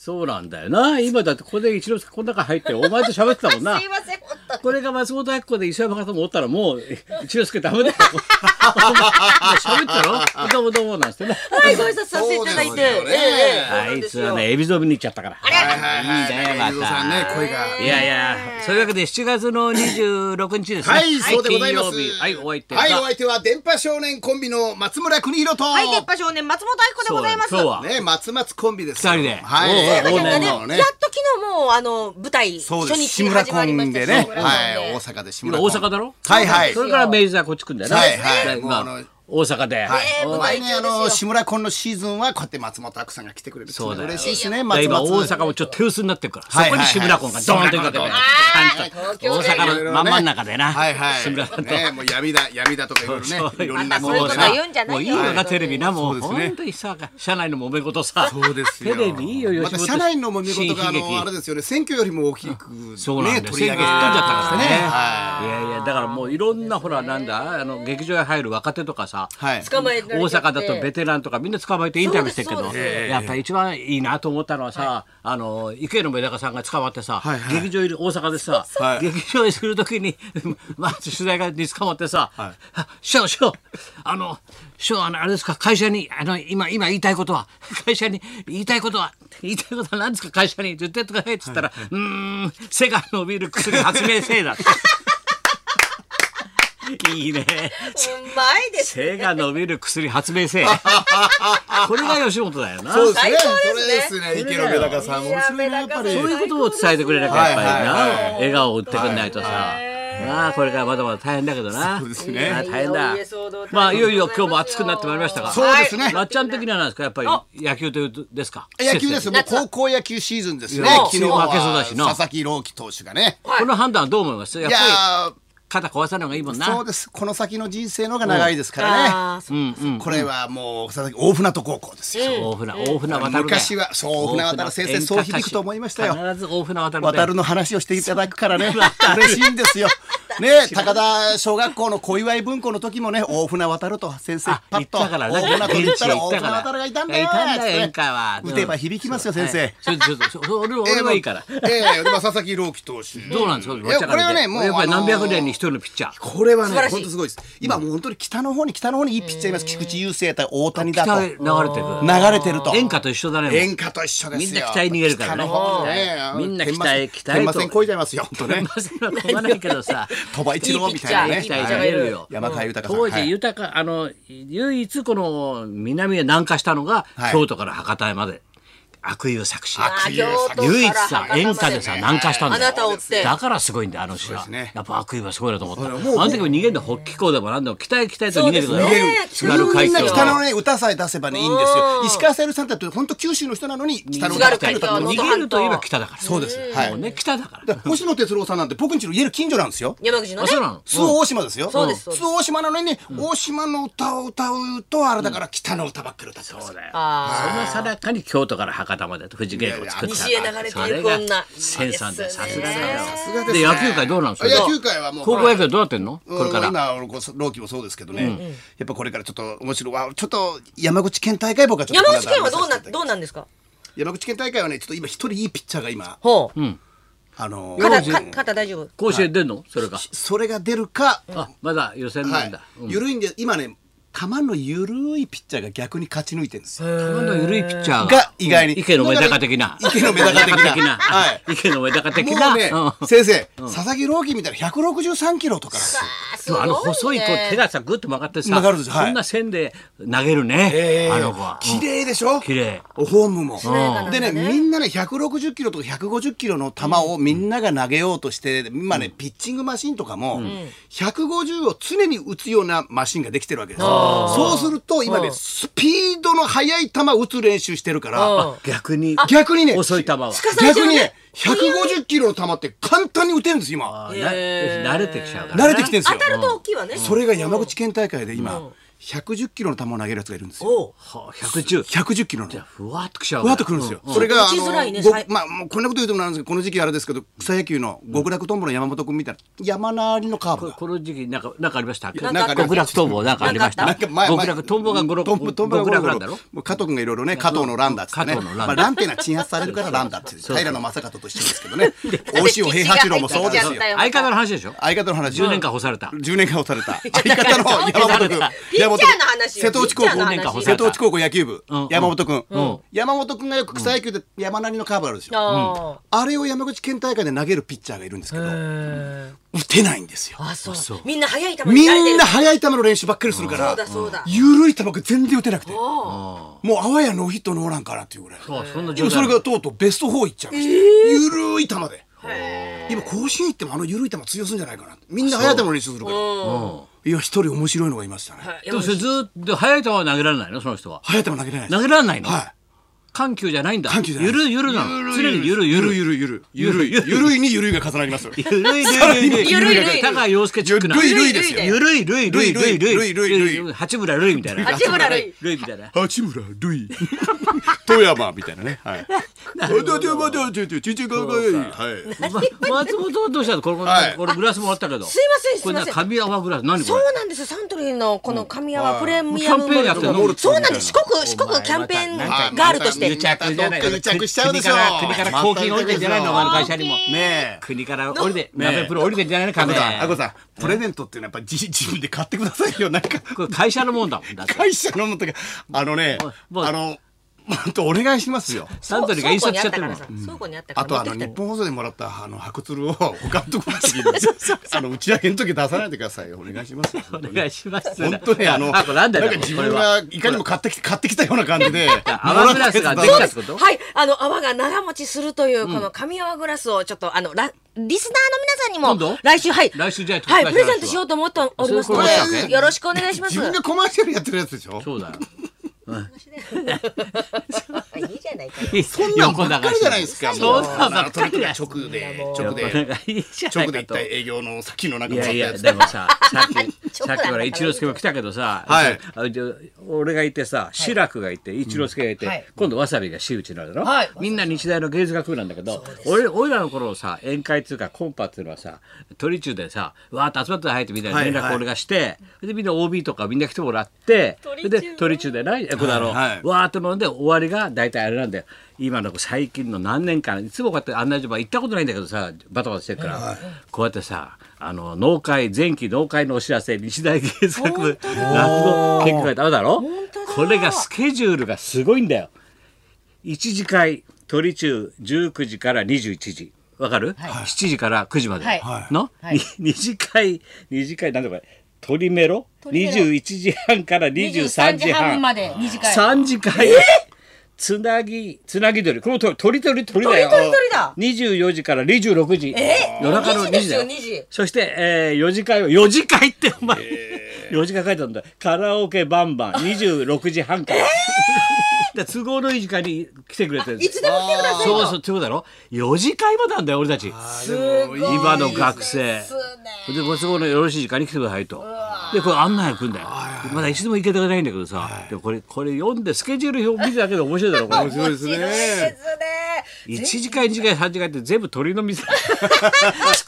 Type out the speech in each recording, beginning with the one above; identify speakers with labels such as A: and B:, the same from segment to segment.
A: そうなんだよな。今だってここで一之輔この中入って、お前と喋ってたもんな
B: すい。ません、本当に。
A: これが松本明子で磯山さんもおったらもう、 一之輔ダメだよ。喋ったろどうもどうもなんつってね。
B: はい、ご挨拶させていただい
C: そう
B: て。
C: ですよね
A: あいつはね、エビゾビに行っちゃったから。
C: はいはいはい。
A: いいねまた
C: 水戸さんね、声が。
A: いやいや、そういうわけで7月の26日ですね。
C: はい、そうでございます
A: 金曜日。はい、お相手が
C: はい、お相手は電波少年コンビの松村邦弘と。
B: はい、鉄板少年、松本明子でございます。
A: そうだ今日は
C: ね、松松コンビです。
A: 二人で
C: は
A: お
C: い、
A: うおう
B: なんかね
C: 往
B: や
C: 年の
B: っと
C: ね
B: 昨日もう、あの、舞台、初
C: そうです。
B: 日
C: 志
B: に
C: 村
B: 始
C: コ
B: まりまし
C: ン
B: た
C: で
B: 志村
C: ね。
B: コンで
C: はい、大阪で志
A: 今
C: 村コ
A: 大阪
C: ン。
A: だろ
C: はいはい
A: そ。れから明治座こっち来んだよな。
C: はいはい
A: まあ
C: もうあの
A: 大阪で。
C: は
B: ね
C: い、僕はね、あ
B: 舞台上で
C: の
B: すよ
C: 志村コンのシーズンはこうやって松本拓さんが来てくれるってい
A: そうだ
C: のは
A: よ
C: 嬉しいです
A: だ
C: ね。
A: から
C: 松
A: 今大
C: 松
A: 阪もちょっと手薄になってるから、そ
C: はい
A: こに志村君がドーンと行くわけだよ
C: はい
B: はい
A: パンと
B: 東京
A: 大阪の真ん真ん中でな、
C: はいはい。
A: 志村君と。
C: ね、もう闇だ闇だとかいろいろね、いろんな
B: またそういうこと
C: でな
B: 言うんじゃないよ
A: もういいよな、テレビな、もう。
C: そうですね
A: 本当にさ、社内の揉め事さ。
C: そうですよ
A: テレビいいよ、
C: ま
A: 吉
C: た
A: 本。
C: 社内の揉め事があ
A: 新喜劇
C: のあれですよね選挙よりも大きくね
A: そうなんだよ。
C: 取り
A: 選挙引っ込んじゃった
C: 上げ
A: からね。、
C: はい
A: やいや、だからもういろんな、ほら、なんだ、あの、劇場へ入る若手とかさ、
C: はい
B: 捕まえら
A: 大
B: れちゃって
A: 阪だとベテランとかみんな捕まえてインタビューしてるけ
B: そう
A: ど、
B: ですそう
A: やっぱり一番いいなと思ったのはさ、あの、池野メダカさんが捕まってさ、
C: はいはい
A: 劇場いる大阪でさ
C: は、い
A: 劇場にするときに、 まず取材に捕まってさ、師匠、師匠、あの、師匠、あの、あれですか、会社に、あの、今、今言いたいことは、 会社に言いたいことは、言いたいことは何ですか、会社に、絶対とかへって言ったら、うーん、世界のビール薬発明せい だって。いいね。
B: うまいです。
A: 背が伸びる薬発明 せい。これが吉本だよな。
C: そ
A: そう
C: ですね
B: 最高です
C: それですね池野メダカさん
B: い
C: も
B: や
C: 面白いなやっ
B: メダカ
C: ぱり
A: う
B: さ
A: い
B: ん
A: うことを伝えてくれなきゃやっぱりな、
C: はいはいはい
A: 笑顔を売ってくんないとさ、
B: はい
A: なあこれからまだまだ大変だけどな。
C: そうですね
A: なあ大変
B: い
A: だ
B: やいや騒動大変でございますよ。
A: まあいよいよ今日も暑くなってまいりましたが。
C: そうですね
A: まっちゃん的には何ですかやっぱり野球というとですか。
C: 野球で
A: 季節
C: すもう高校野球シーズンですね
A: いや
C: 昨日は
A: 負けそうだしな
C: 佐々木朗希投手がね
A: この判断はどう思います。やっ
C: い
A: ぱり
C: や
A: 肩壊さない方がいいもん
C: ー
A: な。
C: そうですこの先の人生の方が長いですからね
B: あーそう
C: これはもう佐々木大船渡高校ですよ
A: 大船大船渡るね
C: 昔はそう大船渡の先生そう響くと思いましたよ
A: 必ず大船渡るね
C: 渡るの話をしていただくか らね嬉しいんですよ。ね高田小学校の小祝文庫の時もね大船渡ると先生
A: あ
C: パッと
A: 行ったからね
C: 大船渡行った
A: 現地
C: ら
A: へ行っ
C: 大
A: た
C: 船
A: から
C: 渡がいたんだよ
A: いたんだよ
C: つって
A: 宴会は
C: 打てば響きますよ先生。
A: はいそれちょっとそそ俺俺はいいから。
C: え えでも佐々木朗希投手。
A: どうなんですか、
C: いやこれはねもう
A: やっぱり何
C: あの
A: 百
C: ー
A: 年に一人のピッチャー。
C: これはね
B: 素晴らしい
C: 本当すごいです。今もう本当に北の方に北の方にいいピッチャーいます。菊池雄星対大谷だ
A: 北
C: と
A: へ流
C: 流
A: れてる。
C: れてると。
A: 演歌と一緒だね。
C: 演歌と一緒ですよ。
A: みんな北へ逃げるからね
C: 北の方ね
A: みんな北へ北へと
C: 天満線こいちゃいますよ本 当ね。
A: まさか飛ばないけど さ。
C: 鳥羽一郎みたいなね。
B: いい
A: 期待
B: ピッチャーいいピッチャー
A: さ
B: が
A: れ
B: いる
A: るよ。
C: 山川豊さん
A: 当
C: は
A: 時
C: い
A: 豊かあの唯一この南へ南下したのが、
C: はい
A: 京都から博多へまで悪友作詞。
C: あ
B: あ京都
A: 唯一さ
B: から博多ま
A: 演歌でさ南下したんだよ
B: あなたを追って
A: だからすごいんだよあの詩は、
C: そうですね
A: やっぱ悪意はすごいなと思ったあ
C: そう
A: の
C: だもう
A: 時も逃げんだ北紀行でもなんでも北へ北へと逃げてくだ
B: そう
A: ろ
B: ですね
A: 津軽海
C: みんな
A: 峡
C: 北のね歌さえ出せばねいいんですよ。石川さゆりさんだって本当九州の人なのに北の
B: 津軽
C: 歌
B: 海峡
C: だ
A: 逃
C: っ
B: の
A: げるといえば北だから
C: そうです。は
A: もう
C: い。
A: ね北だから
C: だから星野哲郎さんなんて僕んちの家の近所なんですよ。
B: 山口の
A: あ
B: ね。
A: そうなの
C: 周防大島ですよ。
B: そうですそうです
C: 周防大島なのにね大島の歌を歌うとあれだから北の歌ばっかり歌ってます
A: そう。だよ
B: あ
A: そのさなかに京都から博多までと富士稽古を作った
B: いやいや西へ流れていく
A: それ
B: 女
A: が千三だよさすが
B: です
A: だ
B: ね
A: よ
C: さすがです
A: で
C: ね
A: 野球界どうなんですか
C: 野球界はもう
A: 高校野球はどうなってんのこれから
C: 今俺こそ朗希もそうですけどね、やっぱこれからちょっと面白いわちょっと山口県大会僕はちょっと
B: 山口県はどうな、どうなんですか
C: 山口県大会はねちょっと今一人いいピッチャーが今
B: ほう。
C: あのー
B: 肩、か肩大丈夫
A: 甲子園出んのそれが
C: それが出るか、
A: あまだ予選
C: は
A: なん
C: い
A: だ、
C: 緩いんで今ね球の緩いピッチャーが逆に勝ち抜いてるんですよ
A: 球の緩いピッチャー
C: が意外に
A: 池のメダカ的な
C: だから池のメダカ的なはい
A: はい池のメダカ的
C: も
A: な
C: うね、
A: うん
C: 先生、佐々木朗希みたいな163キロとかなんです
A: で
C: よ
A: もあの細い子手
B: が。
A: がさぐっと曲がってさ
C: 曲がるんですよはい
A: そんな線で投げるねあの子は
C: 綺麗でしょ
A: 綺麗
C: フォームも
B: やかな
C: でねみんなね160キロとか150キロの球をみんなが投げようとして今ねピッチングマシンとかも150を常に打つようなマシンができてるわけですそうすると今ねスピードの速い球打つ練習してるから
B: あ
A: 逆に
C: 逆にね
A: 遅い球は
B: かされちゃ
C: 逆
B: う
C: に
B: ね
C: ね150キロの球って簡単に打てるんです今
A: あな
B: へー
A: 慣れてきちゃうから
C: 慣れてきてるんです
B: 当
C: よ
B: たると大きいわね。
C: それが山口県大会で今110キロの球を投げるやつがいるんですよ。
B: おう
A: はあ、110
C: 110キロの。
A: じゃあふわっときちゃう
C: ふわっとくるんですよ。
A: う
C: それが、
B: 打ちづらいね
C: あのご
B: さい
C: まあ、もうこんなこと言うともなんですけど、この時期あれですけど、草野球の極楽トンボの山本君みたいな、山なりのカーブ
A: こ
C: が。
A: この時期なんかなんかありました
B: なんかあった
A: 極楽トンボなんかありました
B: な
C: なんか前
A: 極楽トンボが
C: うん
A: 極
C: トンボ
A: 楽
C: トンボが
A: 極
C: ゴロ
A: 楽
C: ゴロ
A: なんだろ
C: もう加藤君がいろいろね、加藤のランダーっつってね。
A: 加藤の乱打
C: まあ、ランっていうのは鎮圧されるからランダーって言う
A: そうそう
C: 平野正門と一緒ですけど ね。大塩平八郎もそうです
B: ピッチが入っちゃ。っ
C: よ
B: たよ
A: 相方の話でしょ
C: 相方の話
A: 10年間干された
C: 10年間干さ れた相方の山本君
B: ピッチャーの話よ
C: 瀬戸内高
B: ピッチャーの話
A: よ
C: 校瀬戸内高校野球部
A: うんうん
C: 山本君
A: うん
C: 山本君がよく草野球で山なりのカーブあるでしょ
B: あ
C: あれを山口県大会で投げるピッチャーがいるんですけど
B: ー
C: 打
B: へー
C: てないんですよ
B: あそう
A: そう
B: みんな速い球
C: み
B: 慣れて
C: ん
B: る
C: な速い球の練習ばっかりするか
B: そ
C: ら
B: うだそうだ
C: 緩い球が全然打てなくても
B: おう
C: うあわやノーヒットノーランかなっていうぐらい
A: そうそんな
C: でも
A: 状
C: それ
A: 態
C: がとうとうベスト4いっちゃいました緩い球で
B: へ
C: 今甲子園行ってもあの緩い球強するんじゃないかなってみんな速い球の練習するから
A: うん
C: いや一人面白いのがいましたね
B: ー
A: でもそれずーっと速い球は投げられないのその人は
C: 早田も投げれないです
A: 投げられないの
C: は
A: 緩急じゃないんだ
C: 緩急じゃない
A: ゆるゆるなの常にゆるゆる
C: ゆるゆるゆるゆるゆるいにゆるいが重なりますよ
A: ゆるい
C: ゆ
A: る
C: る
A: い
C: い
A: ゆるいるい高井陽介チックな
C: ゆるいですよ
A: ゆるいるいるいるいるいるいるいるい
C: ゆる
A: る八村るいみたいな
B: 八村塁
A: るいみたいな
C: 八村塁富山みたいなねはいはい
A: ま松本はどうしたのこれこれ
C: はい
A: これグラスもらったけど
B: すいませんす
A: こ
B: い
A: れな
B: ません
A: 紙泡グラス何こ
B: そ
A: れ
B: うなんですよサントリーのこの神山プレミアム
A: キャンペーンやってんの
B: モルトそうなんです四国四
A: お前
B: 国キャンペーン
A: また
B: ガールとし
A: 癒
B: て
A: 着じゃない
C: 癒着しちゃうでしょ
A: 国から国から公金降りてんじゃないのお前の会社にも
C: ねえ
A: 国から降りて
C: ねえ
A: 鍋プロ降りてんじゃないの
C: あ
A: 亀
C: こさんあこさんプレゼントっていうのはやっぱ自自分で買ってくださいよなんか
A: これ会社のもんだもんだって
C: 会社のもとかあのね
A: もう
C: あの本当お願いしますよ
A: サントリーが印刷しちゃってるもん
B: 倉庫にあったか
C: あ
B: ら
C: とあ
B: 持
C: の
B: ってき
C: 日
B: た
C: 本放送でもらったあの白鶴を他のところにあの打ち上げの時出さないでくださいよお願いしますよ
A: お願いします
C: 本当ねあの
A: あこれなんだよ
C: か自
A: これ
C: 分
A: は
C: がいかにも買ってきて買ってきたような感じで
A: 泡グラスができたってこと
B: はい、あの泡が長持ちするというこの神泡グラスをちょっとあのラリスナーの皆さんに
A: 今
B: も
A: 度
B: 来週はい
A: 来週じゃない
B: はい
A: 特
B: プ
A: 別
B: レ
A: な話は
B: ゼントしようと思っておりますの
A: そういうことだね
B: でよろしくお願いします。
C: 自分がコマーシャルやってるやつでしょ
A: そうだよ
B: いいじゃないか。
A: そ
C: そんなんばっかりじゃないですか
A: そ
C: も
A: んなんばっかりだ
C: 直で
B: もう
C: 直
A: いや
C: で
A: いいじゃない
C: 直
A: か
C: で
A: と
C: 一体営業の先のなんか
A: い
C: もら
A: や
C: っ
A: いや
C: たやつ
A: でもささ っき
B: ちょっ
A: さ
B: と
A: っきほら一之輔も来たけどさ、
C: はい
A: あで俺がいてさ志らくがいて一之輔がいて、
B: はい
A: 今度わさびが真打ちなのだろ、
B: はい
A: みんな日大の芸術学部なんだけど俺俺らの頃さ宴会っていうかコンパっていうのはさ鳥中でさわーっと集まって入ってみたいな連
C: はいは
A: 絡
C: い
A: 俺がして、でみんな OB とかみんな来てもらって
B: 鳥
A: それ
B: 中
A: で鳥中でないこのあの、
C: はいはい
A: わーっと飲んで終わりが大体あれなんだよ今の最近の何年間いつもこうやって案内所まで行ったことないんだけどさバタバタしてるから、こうやってさあの農会前期農会のお知らせ日大芸術学部落語結果があるだろ
B: 当だ
A: これがスケジュールがすごいんだよ1次会鳥中19時から21時わかる、7時から9時まで、
B: はい
A: の、
B: はい
A: 2次会2次会なんだこれ鳥メロ
B: 鳥メロ
A: 21時半から23時半
B: で二時
A: 三次会。つなぎ、つなぎ鳥。この鳥、鳥鳥鳥だよ。
B: 鳥鳥鳥だ
A: 24時から26時。
B: え
A: 夜中の2時
B: 2時で
A: だ
B: すよ
A: よ。
B: 2時
A: そして、えー、4時会を、4時会ってお前、4時間書いてあるんだよカラオケバンバン、26時半から。だから都合のいい時間に来てくれてる
B: い。つでも来てください
A: そう
B: よ。
A: そう、ということだろ ?4 時会までなんだよ、俺たち。
B: すごい
A: 今の学生
B: ですね
A: でご都合のよろしい時間に来てくださいとでこれ案内が来るんだよでまだ一度も行けてないんだけどさでもこれこれ読んでスケジュール表見てだけで面白いだろこれ
C: 面白いですね
B: 面白いですね。
A: 1時間2時間3時間って全部鳥の 店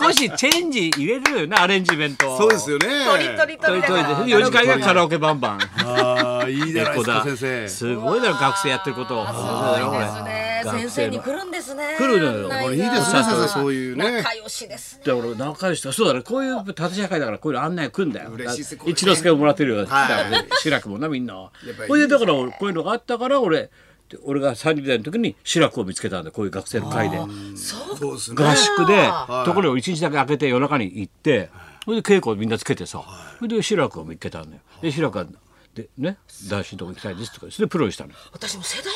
A: 少しチェンジ入れるよなアレンジメントを
C: そうですよね
B: 鳥鳥鳥
A: 鳥鳥
B: だか
A: で
B: ら。
A: 4時間がカラオケバンバン
C: ああいいじゃないですか先生
A: すごいだろ学生やってること
B: すごいですね。
A: 学生
B: 先生に来るんですね。
A: 来るのよ
B: 案内が
A: こ
C: れいいですね先生そういうね
B: 仲良しですね。
A: だから仲良しだそうだねこういう縦社会だからこういうの案内来んだよ
C: 嬉しいです
A: だ
C: これね
A: 一之輔ももらってるよ
C: はい
A: だからね志らくもなみんな
C: っぱいいいですね
A: ほいでだから俺こういうのがあったから俺で俺が30代の時に志らくを見つけたんだこういう学生の会で
C: そうですね
A: 合宿で
B: はい
A: ところを一日だけ開けて夜中に行ってそれで稽古をみんなつけてさそれで志らくを見つけたんだよで志らくがでね男子のとこ行きたいですとかそれでプロにしたの
B: 私も世代が違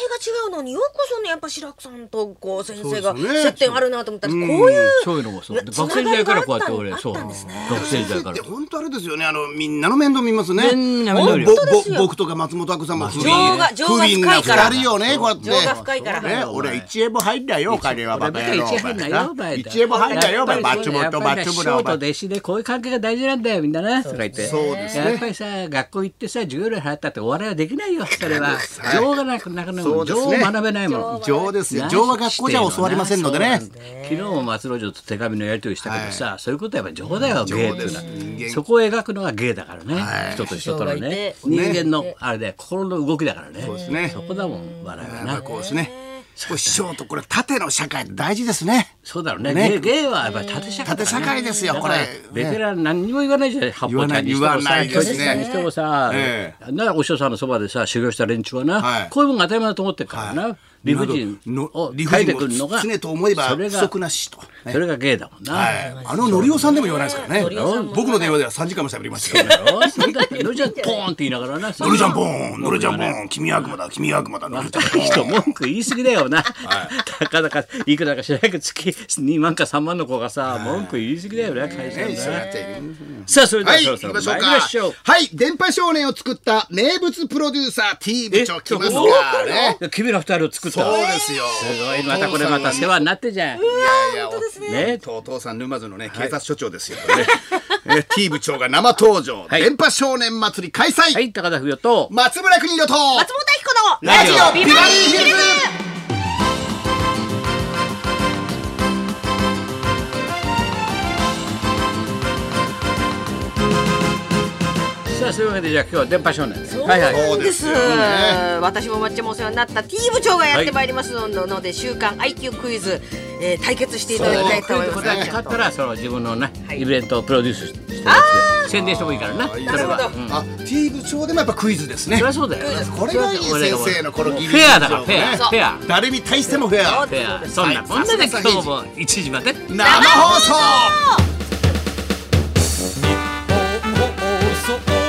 B: うのによくそのやっぱ白くさんとこう先生が
C: そうですね
B: 接点あるなと思ったらこういう
A: そういうのもそうで
B: つな
A: 学
B: が
A: 生
B: り
A: 時代からこう
B: が
A: やっ
B: あっ
A: たて俺
B: あっ
A: そう
B: たん
A: 学
B: ですね。
A: 生時代から
C: 本当あれですよねあのみんなの面倒見ますね
A: みんな面倒見る
C: ぼ
B: 本当ですよ
C: ぼ僕とか松本明さんも不
B: 情が情が
C: 不倫な
B: 深いから
C: 二人よねこうやってね
B: 情が深いから
C: ね俺は一円も入んだよ金はバカ野郎
A: 一円入んなよお前
C: 一円も入んだよお前バッチモとバッチモ
A: やっぱりね師匠
C: と
A: と弟子でこういう関係が大事なんだよみんなねとか言って
C: そうですね
A: やっぱりさ学校行ってさ授業給料払ったってお笑いはできないよそれは
C: はい
A: 情がなくなくなる
C: そうです
A: 情を
C: ね
A: 学べないもん
C: 情ですよ情は学校じゃ教わりませんのでね
A: 昨日も松之丞と手紙のやり取りしたけどさ、そういうことはやっぱり情だよ芸っていうの
C: 情です人
A: は
C: 間
A: そこを描くのが芸だからね、
C: はい
A: 人と人とのね
B: 人
A: 人間のあれで心の動きだからねそう
C: ですね
A: こだもん笑いは
C: まあ
A: な
C: こうですねこう師匠とこれ縦の社会大事ですね
A: そうだろうね
C: ね
A: 芸芸はやっぱり縦社会だね
C: 縦社会ですよ
A: だ
C: こ
A: から
C: れ
A: ベテラン何にも言わないじゃない八方ちゃんにしても
C: 言わな
A: さ
C: い言わ
A: 教
C: ない
A: 室さんにしてもさ
C: え
A: ならお師匠さんのそばでさ修行した連中は
C: は
A: ないこういうもんが当たり前だと思ってるから
C: は
A: ない理不尽
C: の
A: を
C: 理
A: 書
C: 不
A: いて
C: 尽
A: くるの
C: を
A: が
C: 常と思えば
A: そ
C: 不
A: れが
C: 足なしとね
A: それが芸だもんな
C: はい、あののりおさんでも言わないですからね
B: のりおさんも
C: 僕の電話では3時間も喋りましたよ
A: よしのりちゃんポーンって言いながらな
C: のりちゃんポーンのりちゃんポーン君は悪魔だ君は悪魔だのりちゃんポーン
A: 人文句言い過ぎだよな、たかだかいくらか知らないけど月2万か3万の子がさ、文句言い過ぎだよな会社
C: ね
A: の
C: そうやっ
A: な
C: て
A: さあそれでは
C: はい、
A: そ
C: 行
A: ろ
C: き
A: そろ参
C: ましょう
A: り
C: か
A: ましょう。
C: はい、電波少年を作った名物プロデューサー T 部長来ますからね。
A: 君ら二人を作った
C: そうですよ。
A: すごいまたこれまた世話になってんじゃん
C: いやいや、
A: ね
C: お父さん沼津のね、警察署長ですよ。これね え T 部長が生登場、
A: い
C: 電波少年祭り開催、
A: はい高田不良と
C: 松村邦洋と
B: 松本明子の
C: ラジオビバリーヒルズ。
A: さあそういうわけでじゃあ今日は電波少年ですはいはい
B: そ
C: そうう
B: で
C: ですすよね
B: 私もまっちゃんもお世話になった T 部長がやってまいりますので、ので週刊 IQ クイズ、えー、対決していただきたいと思いま
A: こ
B: す
A: とは使ったらその自分のねイベントをプロデュースして宣伝してもいいからなそれ
B: なるほ
A: は
B: ど
C: あ、T 部長でもやっぱクイズですね
A: そり。ゃそうだよ
C: これがいい先生のこの技
A: フ
C: 術
A: ェアだからフ
C: ですよ
A: ェ
C: ね
A: アフェア
C: 誰に対してもフェア。
A: フェアそんなこんなで今日も1時まで
C: 生放送。
D: 放送